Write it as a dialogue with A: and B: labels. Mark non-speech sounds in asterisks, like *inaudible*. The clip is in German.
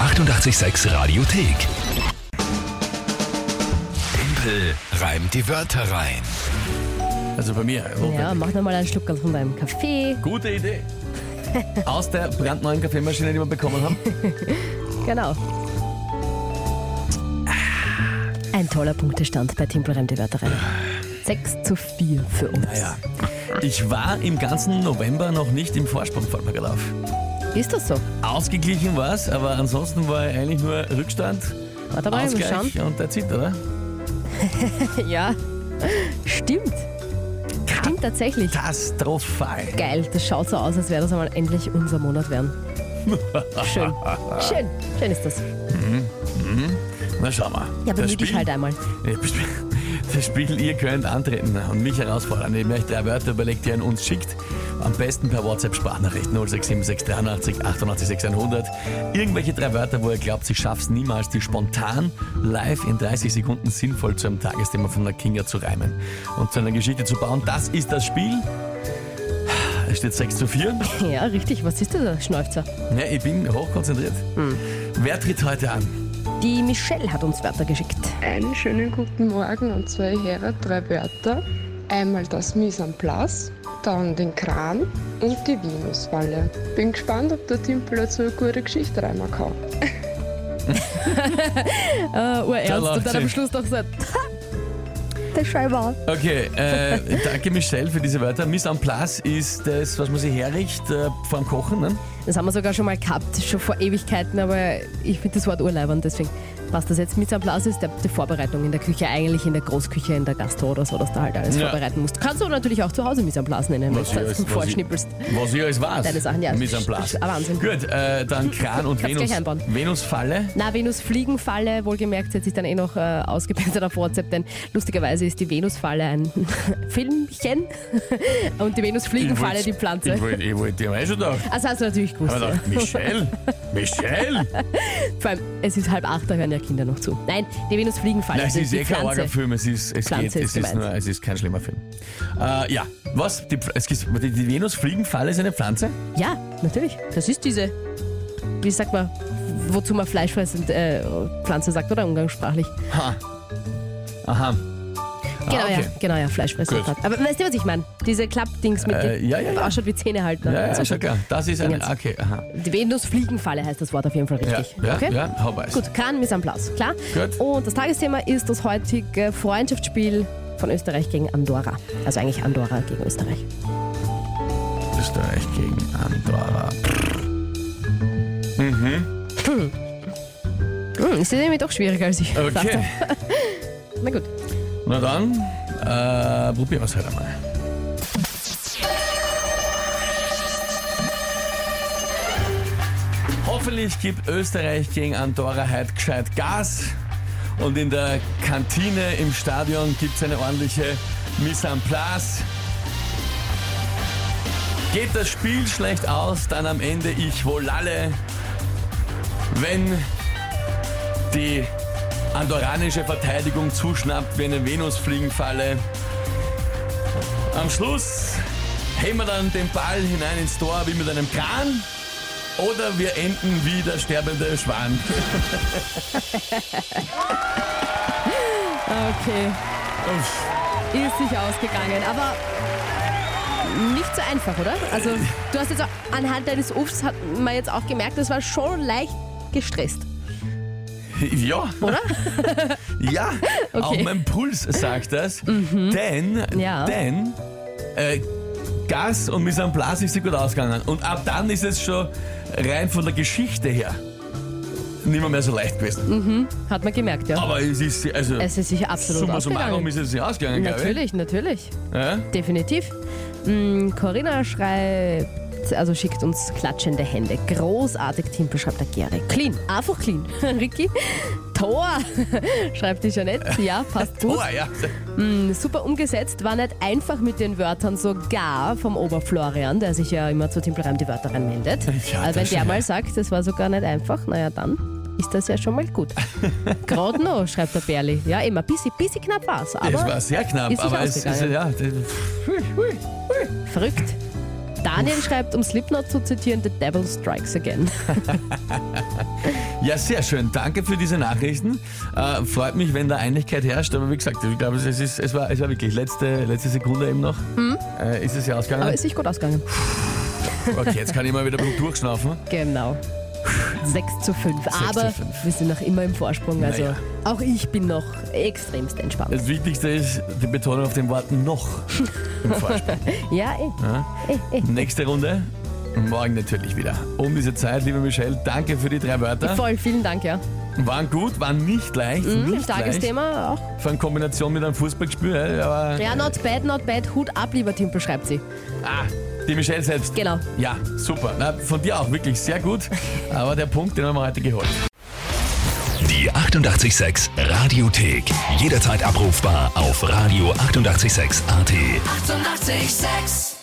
A: 886 Radiothek. Tempel reimt die Wörter rein.
B: Also bei mir.
C: Ja, mach nochmal einen Schluck von deinem Kaffee.
B: Gute
C: *laughs*
B: Idee. Aus der brandneuen Kaffeemaschine, die wir bekommen haben.
C: Genau. Ein toller Punktestand bei Timpelreim die Wörter rein. 6 zu 4 für uns.
B: Naja. Ich war im ganzen November noch nicht im Vorsprung, fällt mir gerade auf.
C: Ist das so?
B: Ausgeglichen war es, aber ansonsten war eigentlich nur Rückstand,
C: Warte mal, wir schauen.
B: Ausgleich und der Zit, oder?
C: *laughs* Ja. Stimmt. Stimmt tatsächlich.
B: Katastrophal.
C: Geil, das schaut so aus, als wäre das einmal endlich unser Monat
B: *laughs*
C: werden. Schön. Schön. Schön ist das.
B: Na schau mal.
C: Ja,
B: Das
C: bemühe dich
B: Spiel-
C: halt einmal.
B: Ja, Das Spiel- das Spiel, ihr könnt antreten und mich herausfordern. Ihr möchte drei Wörter überlegt, die ihr an uns schickt. Am besten per WhatsApp-Sprachnachricht 0676 88 600. Irgendwelche drei Wörter, wo ihr glaubt, ich schaff's niemals, die spontan live in 30 Sekunden sinnvoll zu einem Tagesthema von der Kinga zu reimen und zu einer Geschichte zu bauen. Das ist das Spiel. Es steht 6 zu 4.
C: Ja, richtig. Was ist das, da? Schnäuzer?
B: Ja, ich bin hochkonzentriert. Wer tritt heute an?
C: Die Michelle hat uns Wörter geschickt.
D: Einen schönen guten Morgen und zwei Herren, drei Wörter. Einmal das Mise en place, dann den Kran und die Venusfalle. Bin gespannt, ob der Timpel dazu eine gute Geschichte reinmachen kann.
C: Äh,
B: Da
C: urernst.
B: lacht
C: Und dann
B: sie.
C: am Schluss noch so. "Ha, Der Schreiber.
B: Okay, äh, danke Michelle für diese Wörter. Miss en place ist das, was man sich herricht äh, vorm Kochen. Ne?
C: Das haben wir sogar schon mal gehabt, schon vor Ewigkeiten, aber ich finde das Wort urleibern, deswegen passt das jetzt mit am Platz, ist der, die Vorbereitung in der Küche, eigentlich in der Großküche, in der Gastro oder so, dass du halt alles
B: Ja.
C: vorbereiten musst. Kannst du natürlich auch zu Hause mit am Platz nennen, wenn
B: Was
C: du
B: ich
C: das
B: als- was
C: vorschnippelst.
B: Was ich alles weiß.
C: Deine Sachen, ja.
B: Miss en place.
C: Ah, Wahnsinn.
B: Gut, äh,
C: *laughs*
B: dann Kran und
C: Kannst
B: Venus.
C: gleich einbauen.
B: Venusfalle.
C: Na, Venus-Fliegenfalle, wohlgemerkt, setze ich dann eh noch äh, ausgebessert auf WhatsApp, denn lustigerweise ist die Venusfalle ein *laughs* Filmchen *laughs* und die Venus-Fliegenfalle die Pflanze.
B: Ich wollte ich wollt dir mal schon gedacht.
C: Das hast du natürlich gewusst.
B: Aber
C: ja. *laughs*
B: gedacht, Michelle, Michelle!
C: Vor allem, es ist halb acht, da hören ja Kinder noch zu. Nein, die Venus-Fliegenfalle.
B: Nein, es
C: die-
B: ist
C: die
B: eh kein
C: Pflanze.
B: arger Film, es ist, es geht,
C: Pflanze
B: es
C: ist
B: ist,
C: gemeint.
B: nur, es ist kein schlimmer Film. Äh, ja, was? Die, Pf- es gibt, die, die Venusfliegenfalle ist eine Pflanze?
C: Ja, natürlich. Das ist diese, wie sagt man, wozu man fleischfressend äh, Pflanze sagt, oder umgangssprachlich.
B: Ha. Aha.
C: Genau,
B: ah, okay.
C: ja, genau, ja, fleischfressend.
B: Gut.
C: Aber weißt du, was ich meine? Diese Klappdings mit
B: Äh,
C: den
B: ja, ja, ja.
C: ausschaut wie Zähne halten.
B: Ja, ja,
C: Also,
B: schon klar. Das ist eine.
C: Dingens.
B: Okay, aha.
C: Die Venusfliegenfalle heißt das Wort auf jeden Fall
B: Ja,
C: richtig.
B: ja,
C: okay?
B: ja, hau weiß.
C: Gut, kann mit am Platz, klar.
B: Gut.
C: Und das Tagesthema ist das heutige Freundschaftsspiel von Österreich gegen Andorra. Also eigentlich Andorra gegen Österreich.
B: Österreich gegen Andorra.
C: Hm, ist irgendwie doch schwieriger als ich dachte.
B: Okay,
C: Na gut.
B: na dann äh, probieren wir es halt einmal. Hoffentlich gibt Österreich gegen Andorra heute gescheit Gas. Und in der Kantine im Stadion gibt es eine ordentliche Mise en place. Geht das Spiel schlecht aus, dann am Ende ich wohl alle, wenn die andorranische Verteidigung zuschnappt wie eine Venusfliegenfalle. Am Schluss heben wir dann den Ball hinein ins Tor wie mit einem Kran oder wir enden wie der sterbende Schwan.
C: Okay.
B: Uff.
C: ist sich ausgegangen, aber nicht so einfach, oder? Also du hast jetzt auch, anhand deines Ufs hat man jetzt auch gemerkt, das war schon leicht gestresst.
B: Ja. Oder? *laughs* ja. Auch mein Puls sagt das. Denn,
C: Mhm. Ja.
B: denn äh, Gas und Mise en Place ist sich gut ausgegangen. Und ab dann ist es schon rein von der Geschichte her nimmer mehr so leicht gewesen.
C: Hat man gemerkt, ja.
B: Aber es ist, also,
C: Mhm. Es ist sich absolut
B: summa summarum
C: ausgegangen.
B: ist es nicht ausgegangen, glaube ich.
C: Natürlich, natürlich,
B: Ja?
C: definitiv. Hm, Corinna schreibt, also schickt uns klatschende Hände. Großartig, Timpel, schreibt der Gary. Clean, einfach clean. *laughs* Ricky, Tor, *laughs* schreibt die Jeanette. Ja,
B: *laughs*
C: passt gut.
B: Oh, ja.
C: Super umgesetzt, war nicht einfach mit den Wörtern sogar vom Oberflorian, der sich ja immer zu Timpelreim die Wörter anmeldet.
B: Ja,
C: also wenn
B: das
C: der
B: schon.
C: mal sagt, das war sogar nicht einfach, naja dann ist das ja schon mal gut.
B: *laughs*
C: Gerade noch, schreibt der Berli. Ja, immer, bisschen, bisschen knapp war es, aber
B: Es war sehr knapp,
C: ist sich
B: aber es ist
C: ausgegangen.
B: ja. das-
C: verrückt. Daniel schreibt, um Slipknot zu zitieren, The Devil Strikes Again.
B: Ja, sehr schön. Danke für diese Nachrichten. Äh, freut mich, wenn da Einigkeit herrscht. Aber wie gesagt, ich glaube, es, ist, es, war, es war wirklich letzte, letzte Sekunde eben noch. Äh, ist es ja
C: Hm? Aber
B: ausgegangen.
C: ist sich gut ausgegangen.
B: Okay, jetzt kann ich mal wieder ein bisschen durchschnaufen.
C: Genau. 6 zu 5.
B: zu
C: Aber
B: fünf.
C: wir sind noch immer im Vorsprung. Also
B: Naja.
C: auch ich bin noch extremst entspannt.
B: Das Wichtigste ist die Betonung auf dem Wort noch im
C: *laughs*
B: Vorsprung.
C: Ja, eh.
B: Nächste Runde. Morgen natürlich wieder. Um diese Zeit, liebe Michelle, danke für die drei Wörter.
C: Voll, vielen Dank, ja.
B: Waren gut, waren nicht leicht.
C: Mhm,
B: nicht
C: starkes
B: leicht.
C: Thema auch.
B: Vor allem Kombination mit einem Fußballspiel. Aber
C: Ja, not bad, not bad. Hut ab, lieber Timpel, schreibt sie.
B: ah, die Michelle selbst.
C: Genau.
B: Ja, super. Na, von dir auch, wirklich sehr
C: *laughs*
B: gut. Aber der Punkt, den haben wir heute geholt.
A: Die 886 Radiothek. Jederzeit abrufbar auf radio886.at. 886!
E: 886